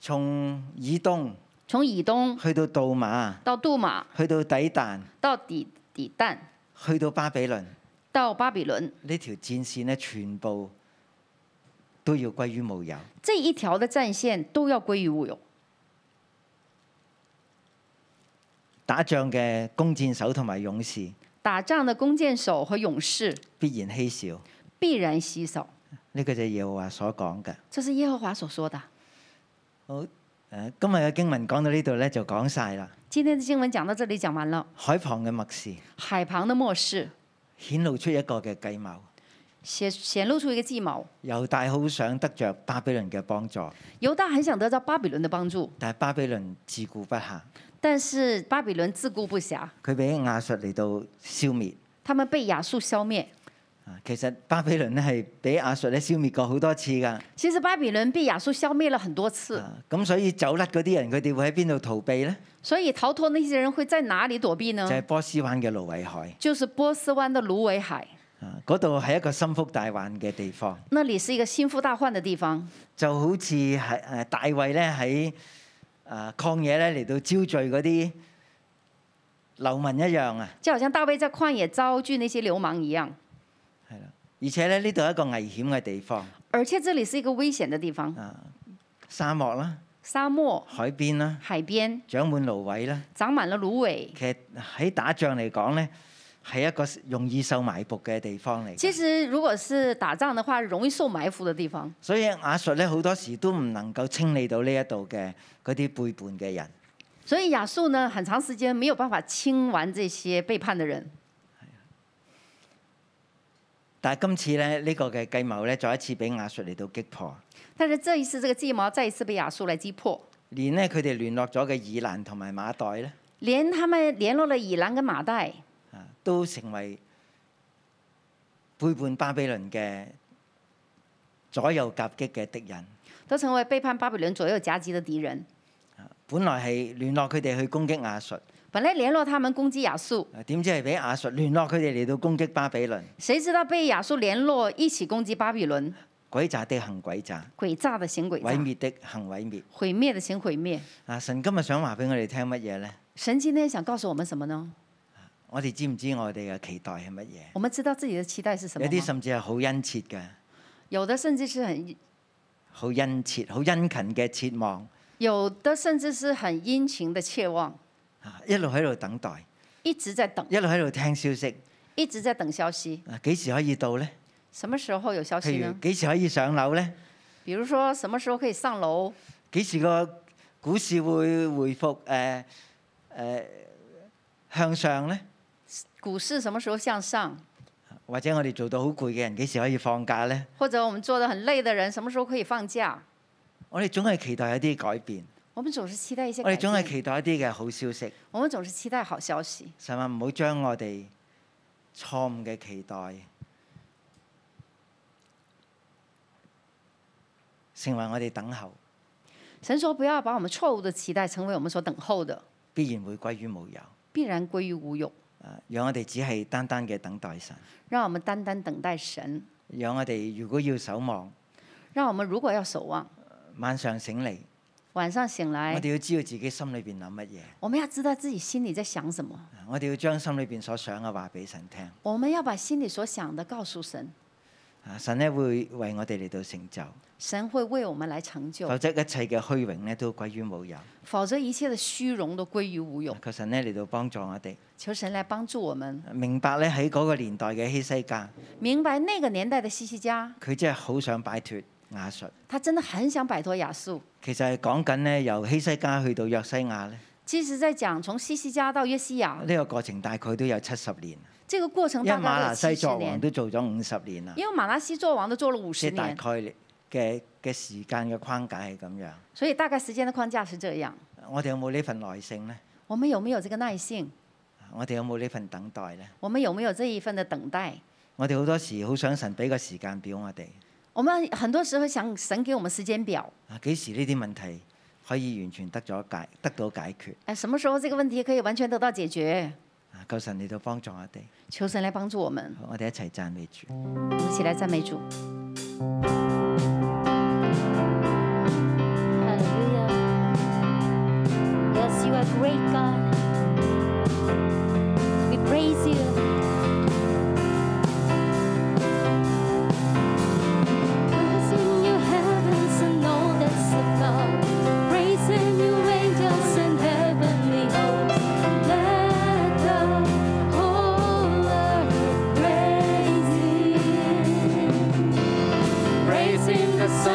從以東
从以东
去到杜馬，
到杜马，
去到底但，
到底底但，
去到巴比倫。
到巴比伦，
呢條戰線咧，全部都要歸於無有。
这一条的战线都要归于无有。
打仗嘅弓箭手同埋勇士
打仗的弓箭手和勇士
必然稀少，
必然稀少，
呢個就係耶和華所講嘅。
这是耶和华所说的。
好，誒、今日嘅經文講到呢度咧就講晒啦。
今天的经文讲到这里讲完了，
海旁嘅默示
海旁的末世
顯露出一個嘅計謀，
显显露出一个计谋。
猶大好想得着巴比倫嘅幫助，
犹大很想得到巴比伦的帮助，
但係巴比倫自顧不暇，
但是巴比伦自顾不暇，
佢俾亞述嚟到消滅。
他们被亚述消灭。
啊，其實巴比倫咧係俾亞述咧消滅過好多次㗎，
其实巴比伦被亚述消灭了很多次，
啊咁、所以走甩嗰啲人，佢哋會喺邊度逃避呢？
所以逃脱那些人会在哪里躲避呢
就？係波斯灣嘅蘆葦海，
就是波斯湾的芦苇海，
啊嗰度係一個心腹大患嘅地方，
那里是一个心腹大患的地方，
就好似係誒大衛咧喺啊曠野咧嚟到招聚嗰啲流民一樣啊，
就好像大卫在旷野遭拒那些流氓一样。
係啦，而且咧呢度係一個危險嘅地方
而且这里是一个危险的地方，
啊，沙漠啦、
沙漠、
海邊啦、
海边
長滿蘆葦啦，
长满了芦苇。
其實喺打仗嚟講咧係一個容易受埋伏嘅地方嚟㗎。
其实如果是打仗的话，容易受埋伏的地方，
所以亞述咧好多時都唔能夠清理到呢一度嘅嗰啲背叛嘅人。
所以亚述呢很长时间没有办法清完这些背叛的人。
但係今次咧呢、呢個嘅計謀咧，再一次俾亞述嚟到擊破，
但是这一次这个计谋再一次被亚述来击破，
連咧佢哋聯絡咗嘅以蘭同埋馬代咧，
连他们联络了以兰跟马代，
啊都成為背叛巴比倫嘅左右夾擊嘅敵人。
都成为背叛巴比伦左右夹击的敌人。
本來係聯絡佢哋去攻擊亞述，
本来联络他们攻击亚述，
啊點知係俾亞述聯絡佢哋嚟到攻擊巴比倫，
谁知道被亚述联络一起攻击巴比伦，
鬼詐的行鬼詐，
诡诈的行诡
毀
诈，
滅的行毀滅。
毁灭的行毁灭。
啊！神今日想話俾我哋聽乜嘢咧？
神今天想告诉我们什么呢？
我哋知唔知我哋嘅期待係乜嘢？
我们知道自己的期待是什么
有
吗
啲甚至係好殷切嘅，
有的甚至是很，
好殷切、好殷勤嘅切望，
有的甚至是很殷勤的切望，
啊一路喺度等待，
一直在等，
一路喺度聽消息。
一直在等消息。
啊幾時可以到呢？
什么时候有消息
譬如
呢？
幾時可以上樓呢？
比如说什么时候可以上楼？
幾時個股市會回復誒誒向上呢？
股市什么时候向上？
或者我哋做到好攰嘅人，幾時可以放假呢？
或者我们做的很累的人，什么时候可以放假？
我哋總係期待一啲改變，
我们总是期待一些
我
改
哋總係
变，
期待一啲嘅好消息。
我们总是期待好消息。
神啊，唔好將我哋錯誤嘅期待成為我哋等候，
神说：“不要把我们错误的期待成为我们所等候的，
必然會歸於無有。
必然归于无有。
啊讓我哋只係單單嘅等待神，
让我们单单等待神。
讓我哋如果要守望，
让我们如果要守望，
晚上醒嚟，
晚上醒
我
来，
哋要知道自己心裏邊諗乜嘢，啊
我们要知道自己心里在想什么。
我哋要將心裏邊所想嘅話俾神聽。
我们要把心里所想的告诉神，
啊神咧會為我哋嚟到成就，
神会为我们来成就
否，則一切嘅虛榮咧都歸於無有。
否则一切的虚荣都归于无有。
求神咧嚟到幫助我哋，
求神来帮助我们
明白咧喺嗰個年代嘅希西家。
明白那个年代的西西家，
佢真係好想擺脱亞述。
他真的很想摆脱亚述。
其實係講緊咧，由希西家去到約西亞咧，
其实，在讲从西西家到约西亚
呢、個過程大概都有七十年，
这个过程，
因為
大
馬
概
拿
有
西
七十
作王
年，
都做咗五十年啦，
因为马拉西做王都做了五
即
十
係大
年，
概嘅嘅時間嘅框架係咁樣。
所以大概時間的框架是這樣。
我哋有冇呢份耐性呢？
我们有没有这个耐性？
我哋有冇呢份等待呢？
我们有没有这一份的等待？
我哋好多時好想神俾個時間表我哋，
我们很多时候想神给我们时间表，
啊幾時呢啲問題可以完全得咗解得到解決？
哎，什么时候这个问题可以完全得到解决？
啊求神嚟到幫助我哋，
求神来帮助我们，
好我哋一齊讚美主。
我们一起来赞美主。
Hallelujah. Yes, you are great, God. We praise you. Praising you, heavens and all that's above. Praising you, angels and heavenly hosts. Let the whole earth praise you.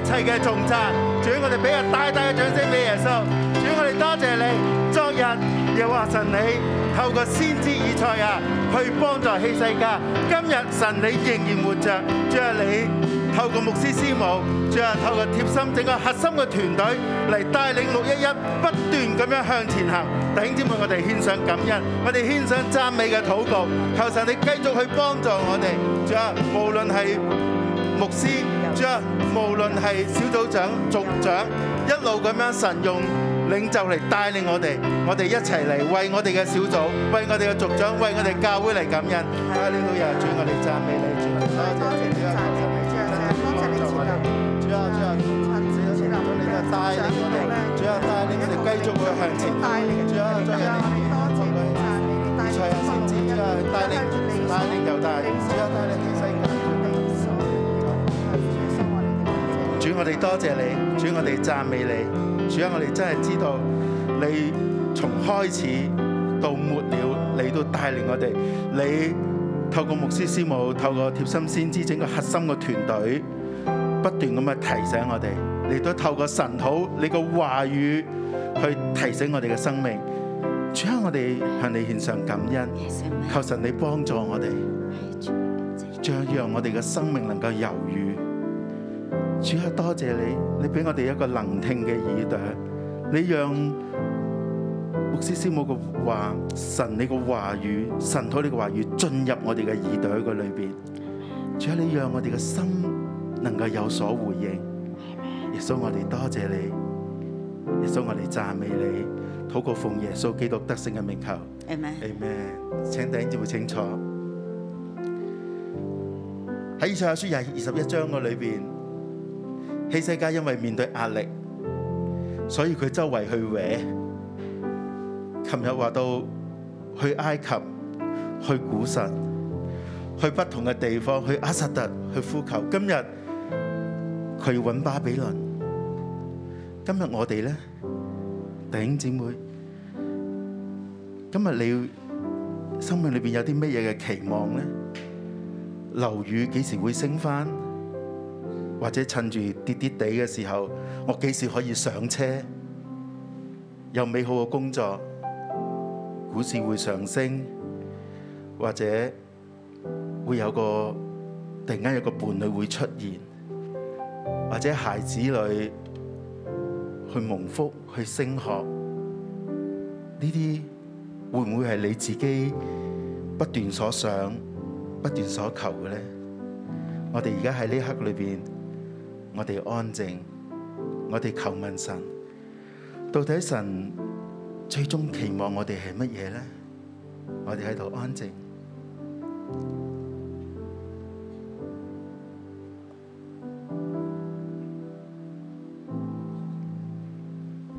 你嘅重讚，主我哋俾個大大嘅掌聲俾耶穌，主我哋多謝你，昨日又話神你透過先知以賽亞去幫助希西家，今日神你仍然活着，主啊你透過牧師師母，主啊透過貼心整個核心嘅團隊嚟帶領六一一不斷咁樣向前行，弟兄姊妹我哋獻上感恩，我哋獻上讚美嘅禱告，求神你繼續去幫助我哋，主啊無論係。牧師，主啊，無論係小組長、族長，一路咁樣神用領袖嚟帶領我哋，我哋一齊嚟為我哋嘅小組、為我哋嘅族長、為我哋教會嚟感恩。哈利路亞，主我哋讚美你，主我哋多謝你，主啊，多謝你，主啊，主啊，主啊，主啊，你啊帶領我哋，主啊帶領我哋繼續去向前，主啊，主啊，你幫我哋，主啊先知，主啊帶領帶領猶大，主啊帶領世界。主，我哋多謝你，主，我哋讚美你，主啊，我哋真係知道你從開始到末了，你都帶領我哋，你透過牧師師母，透過貼心先知整個核心嘅團隊，不斷咁去提醒我哋，你都透過神土你個話語去提醒我哋嘅生命。主啊，我哋向你獻上感恩，求神你幫助我哋，仲讓我哋嘅生命能夠柔軟。主啊，多謝你，你俾我哋一個能聽嘅耳朵，你讓牧師師母嘅話、神你嘅話語、神土你嘅話語進入我哋嘅耳朵嘅裏邊。主啊，你讓我哋嘅心能夠有所回應。耶穌，我哋多謝你，耶穌，我哋讚美你，禱告奉耶穌基督得勝嘅名求。Amen。請弟兄姊妹請坐。喺以賽亞書廿二十一章嘅裏邊。希西家因為面對壓力，所以佢周圍去搲。琴日話到去埃及、去古實、去不同嘅地方，去阿薩特去呼求。今日佢要揾巴比倫。今日我哋呢，弟兄姊妹，今日你要生命裏邊有啲乜嘢嘅期望呢？樓宇幾時會升翻？或者趁住跌跌地嘅時候，我幾時可以上車？有美好嘅工作，股市會上升，或者會有個突然間有個伴侶會出現，或者孩子女去蒙福去升學，呢啲會唔會係你自己不斷所想、不斷所求嘅呢？我哋而家喺呢刻裏邊，我哋安靜，我哋求問神，到底神最終期望我哋係乜嘢呢？我哋喺度安靜。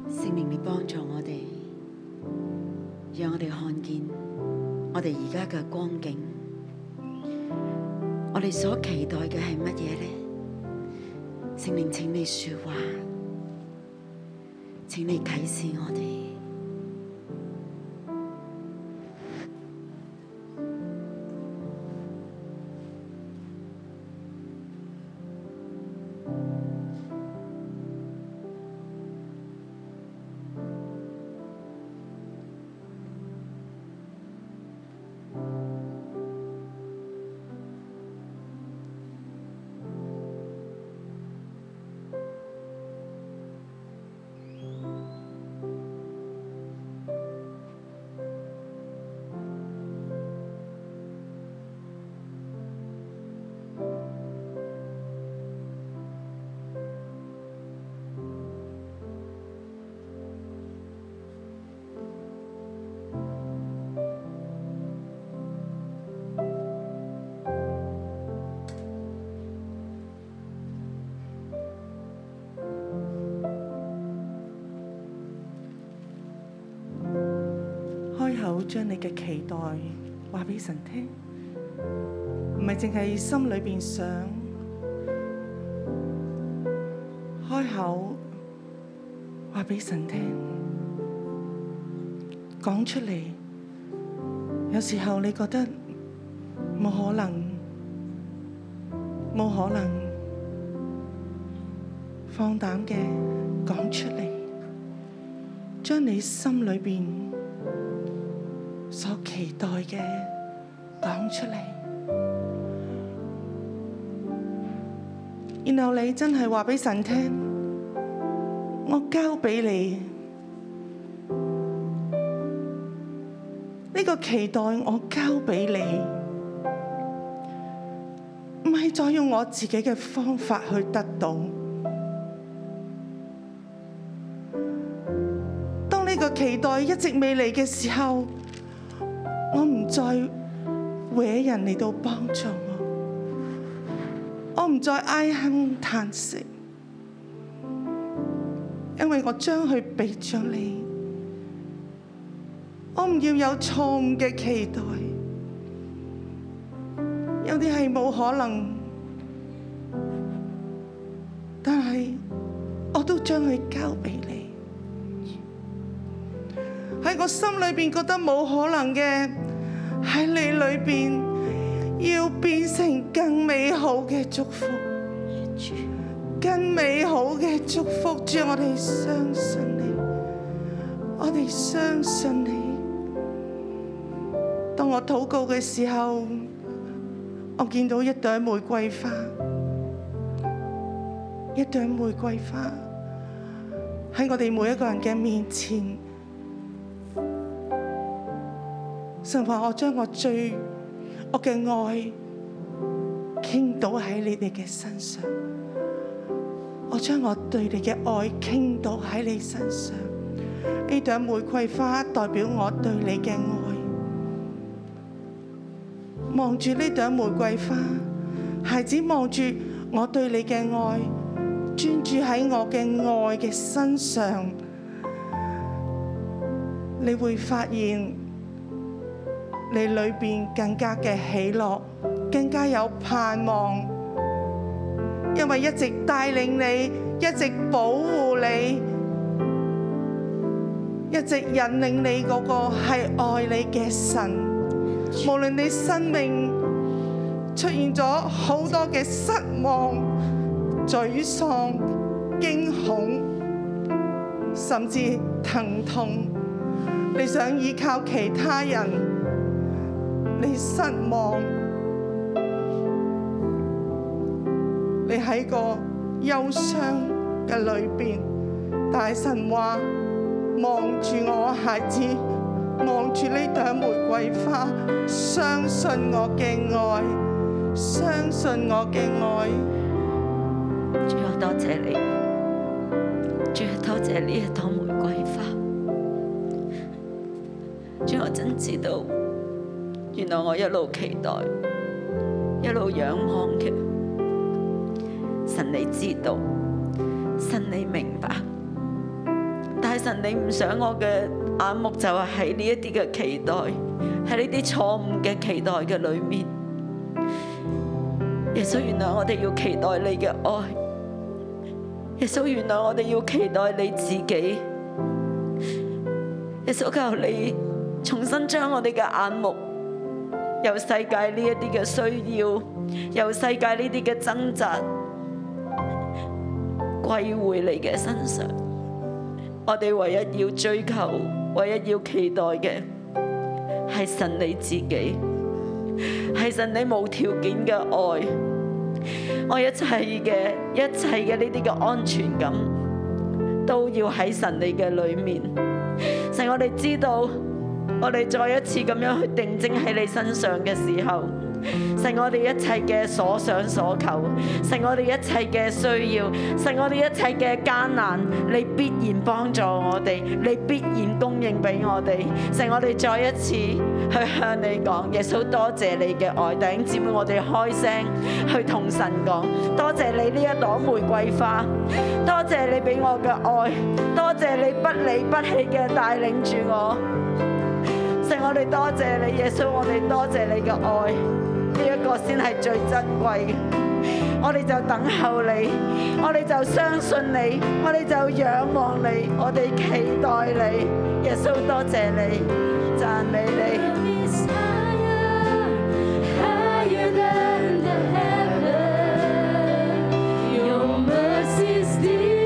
聖靈，你幫助我哋，讓我哋看見我哋而家嘅光景。我哋所期待嘅係乜嘢呢？聖靈，請你說話，請你啟示我哋。
開口將你嘅期待話俾神聽，唔係淨係心裏邊想。開口話俾神聽，講出嚟。有時候你覺得冇可能，冇可能，放膽嘅講出嚟，將你心裏邊所期待嘅講出嚟。然後你真係話俾神聽，我交俾你呢個期待，我交俾你。唔係再用我自己嘅方法去得到。當呢個期待一直未嚟嘅時候，我唔再搲人嚟到幫助我，我唔再唉哼嘆息，因為我將佢俾咗你。我唔要有錯誤嘅期待。有啲係冇可能，但係我都將佢交俾你。喺我心裏邊覺得冇可能嘅，喺你裏邊要變成更美好嘅祝福，更美好嘅祝福。主，我哋相信你，我哋相信你。當我禱告嘅時候。我見到一朵玫瑰花，一朵玫瑰花喺我哋每一個人嘅面前。神話我將我最我嘅愛傾倒喺你哋嘅身上，我將我對你嘅愛傾倒喺你身上。呢朵玫瑰花代表我對你嘅愛。望住呢朵玫瑰花，孩子望住我對你嘅愛，專注喺我嘅愛嘅身上，你會發現你裏邊更加嘅喜樂，更加有盼望，因為一直帶領你，一直保護你，一直引領你嗰個係愛你嘅神。無論你生命出現咗好多嘅失望、沮喪、驚恐，甚至疼痛，你想依靠其他人，你失望，你喺個憂傷嘅裏邊，大神話望住我孩子。望住呢朵玫瑰花，相信我嘅愛，相信我嘅愛。
主啊，多謝你，主啊，多謝呢一朵玫瑰花。主，我真知道，原來我一路期待，一路仰望嘅神，你知道，神你明白，但係神你唔想我嘅眼目就係喺呢一啲嘅期待，喺呢啲錯誤嘅期待嘅裏面。耶穌，原來我哋要期待你嘅愛。耶穌，原來我哋要期待你自己。耶穌，求你重新將我哋嘅眼目由世界呢一啲嘅需要，由世界呢啲嘅掙扎，歸回你嘅身上。我哋唯一要追求、唯一要期待嘅係神你自己，係神你無條件嘅愛，我一切嘅一切嘅呢啲嘅安全感都要喺神你嘅裏面。神，我哋知道，我哋再一次咁樣去定睛喺你身上嘅時候，神我哋一切嘅所想所求，神我哋一切嘅需要，神我哋一切嘅艱難，你必然幫助我哋，你必然供應俾我哋。神我哋再一次去向你講，耶穌多謝你嘅愛，弟兄姊妹，我哋開聲去同神講，多謝你呢一朵玫瑰花，多謝你俾我嘅愛，多謝你不離不棄嘅帶領住我。神，我哋多謝你，耶穌，我哋多謝你嘅愛，呢、一個先係最珍貴嘅。我哋就等候你，我哋就相信你，我哋就仰望你，我哋期待你。耶穌，多謝你，讚美你。
Is higher, higher than the heaven. Your mercy is deep. 啊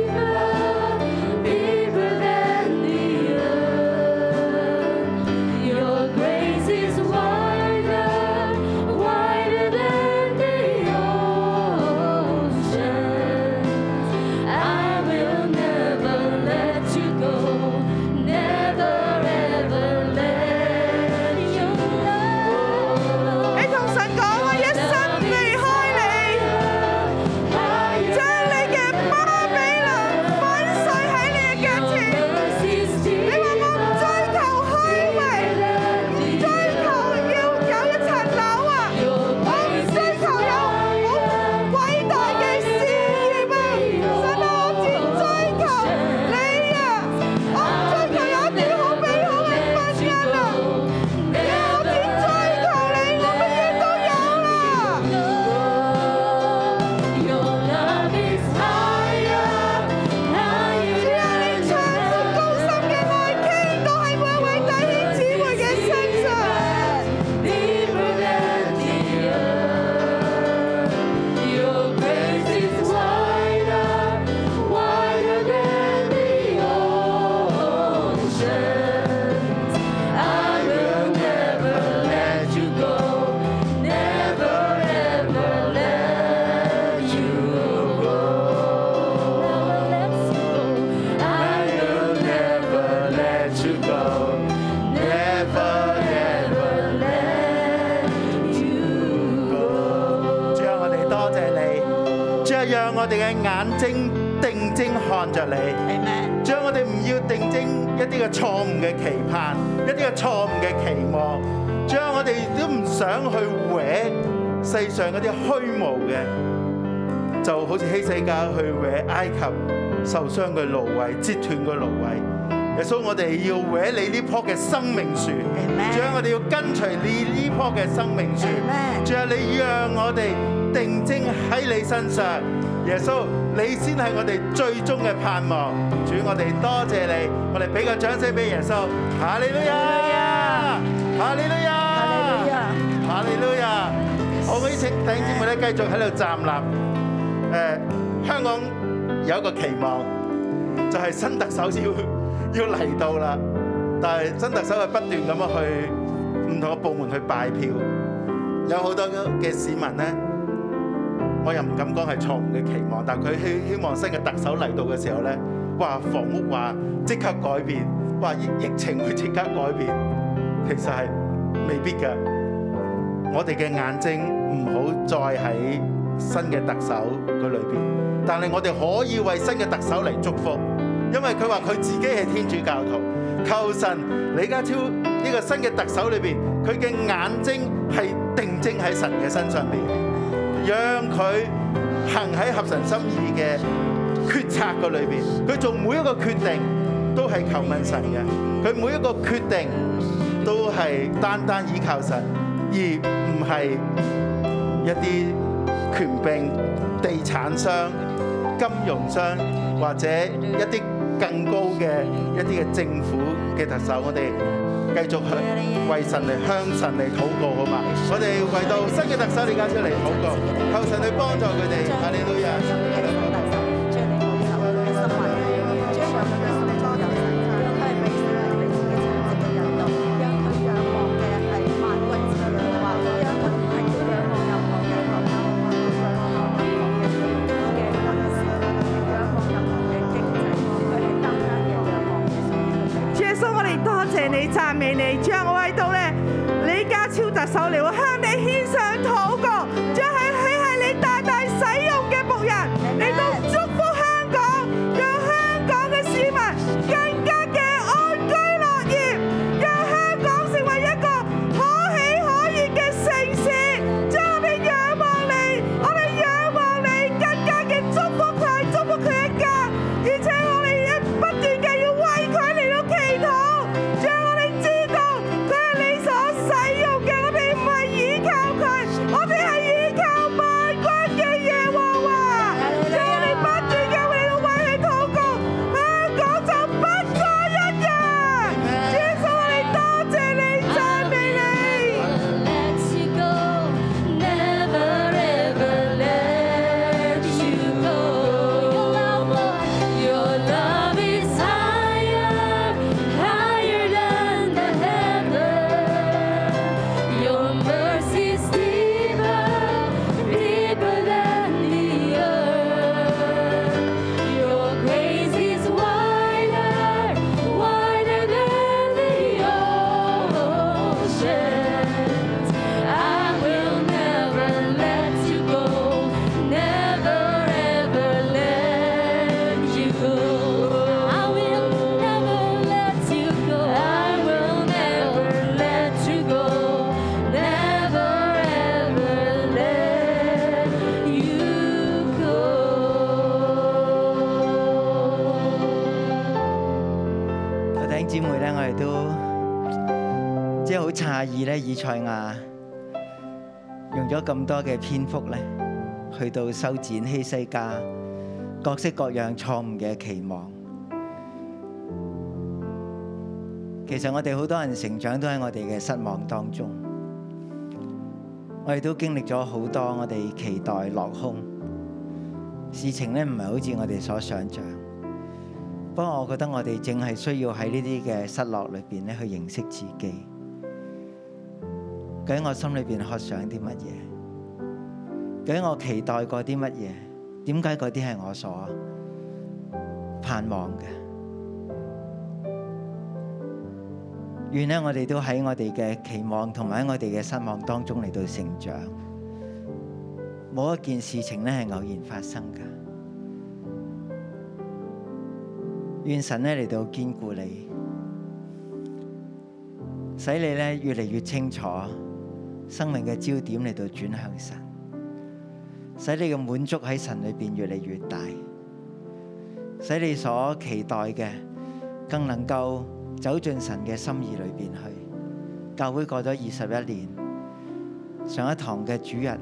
啊係啊讓我哋嘅眼睛定睛看着你。將我哋唔要定睛一啲嘅錯誤嘅期盼，一啲嘅錯誤嘅期望，將我哋都唔想去搲世上嗰啲虛無嘅，就好似希西家去搲埃及受傷嘅蘆葦，折斷嘅蘆葦。耶穌，我哋要搲你呢棵嘅生命樹，將我哋要跟隨你呢棵嘅生命樹。仲有啊你讓我哋定睛喺你身上，耶穌，你先係我哋最終嘅盼望。主，我哋多謝你，我哋俾個掌聲俾耶穌。哈利路亞！哈利路亞！哈利路亞！好，我邀請弟兄姊妹咧繼續喺度站立。誒、香港有一個期望，就係、新特首要 要嚟到啦。但係新特首係不斷咁樣去唔同嘅部門去拜票。有好多嘅市民呢，我又唔敢講係錯誤嘅期望，但佢希希望新嘅特首嚟到嘅時候呢，哇房屋話即刻改變，哇疫疫情會即刻改變，其實係未必嘅。我哋嘅眼睛唔好再喺新嘅特首佢裏邊，但係我哋可以為新嘅特首嚟祝福，因為佢話佢自己係天主教徒。求神李家超呢個新嘅特首裏邊，佢嘅眼睛係定睛喺神嘅身上邊，讓佢行喺合神心意嘅決策嘅裏邊，佢做每一個決定都係求問神嘅，佢每一個決定都係單單依靠神，而唔係一啲權柄、地產商、金融商或者一啲更高嘅一啲嘅政府嘅特首，我哋繼續去為神嚟向神嚟禱告，好嘛？我哋為到新嘅特首李家超嚟禱告，求神去幫助佢哋。哈利路亞！
主耶穌，我哋多謝你，讚美你，將我喺度咧，李家超特首嚟，我向你獻上禱告，將喺佢係你大大使用嘅仆人，嚟到祝福香港，讓香港嘅市民更加嘅安居樂業，讓香港成為一個可喜可悅嘅城市。將我哋仰望你，我哋仰望你，更加嘅祝福佢，祝福佢一家，而且我哋一不斷嘅要為佢嚟到祈禱，將我哋知道佢係你所使用嘅，我哋唔係依靠佢，我哋係依靠萬軍嘅耶和華。將我哋不斷嘅嚟到為佢禱告，香港就不再一樣。耶穌，我哋多謝你，讚美你。
Let you go, never ever let you go. Your love, your love is higher, higher than the heaven. Your mercy is deeper, deeper than the earth. Your grace is wider, wider than the ocean. I will never let you go, never ever let you go. I will never let you go. I will never let you go, never ever let you go.
弟兄姊妹咧，我哋都即係好詫異咧，以賽亞用咗咁多嘅篇幅咧，去到修剪希西家各式各樣錯誤嘅期望。其實我哋好多人成長都喺我哋嘅失望當中，我哋都經歷咗好多我哋期待落空事情咧，唔係好似我哋所想像。不過我覺得我哋正係需要喺呢啲嘅失落裏邊咧，去認識自己。究竟我心裏邊渴想啲乜嘢？究竟我期待過啲乜嘢？點解嗰啲係我所盼望嘅？願咧，我哋都喺我哋嘅期望同埋喺我哋嘅失望當中嚟到成長，冇一件事情咧係偶然發生噶。願神咧嚟到堅固你，使你咧越嚟越清楚生命嘅焦點嚟到轉向神，使你嘅滿足喺神裏邊越嚟越大，使你所期待嘅更能夠走進神嘅心意裏邊去。教會過咗二十一年，上一堂嘅主日。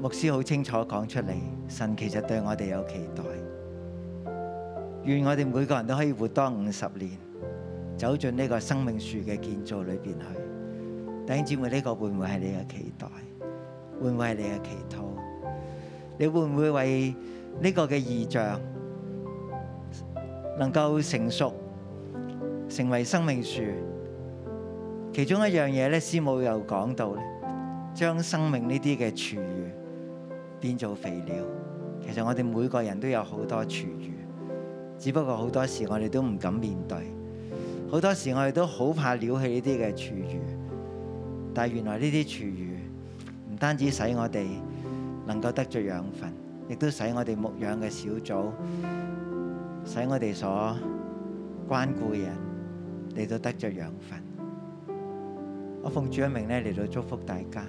牧師好清楚講出嚟，神其實對我哋有期待，願我哋每個人都可以活多五十年，走進呢個生命樹嘅建造裏邊去。弟兄姊妹，呢、個會唔會係你嘅期待？會唔會係你嘅祈禱？你會唔會為呢個嘅異象能夠成熟，成為生命樹？其中一樣嘢咧，師母又講到咧。將生命呢啲嘅廚餘變做肥料。其實我哋每個人都有好多廚餘，只不過好多時我哋都唔敢面對，好多時我哋都好怕撩起呢啲嘅廚餘。但係原來呢啲廚餘唔單止使我哋能夠得着養分，亦都使我哋牧養嘅小組，使我哋所關顧嘅人嚟到得着養分。我奉主嘅名咧嚟到祝福大家，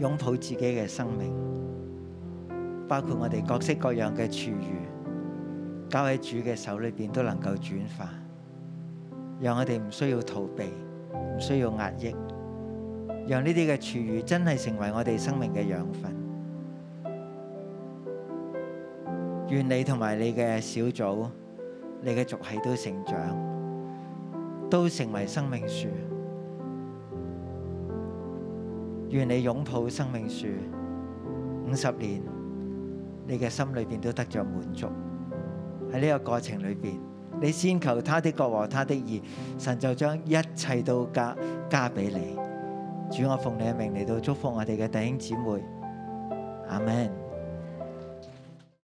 擁抱自己嘅生命，包括我哋各式各樣嘅廚餘，交喺主嘅手裏邊都能夠轉化，讓我哋唔需要逃避，唔需要壓抑，讓呢啲嘅廚餘真係成為我哋生命嘅養分。願你同埋你嘅小組、你嘅族系都成長。都成為生命樹。願你擁抱生命樹五十年，你嘅心裏邊都得着滿足。喺呢個過程裏邊，你先求他的國和他的義，神就將一切都加加俾你。主，我奉你嘅名嚟到祝福我哋嘅弟兄姊妹。阿門。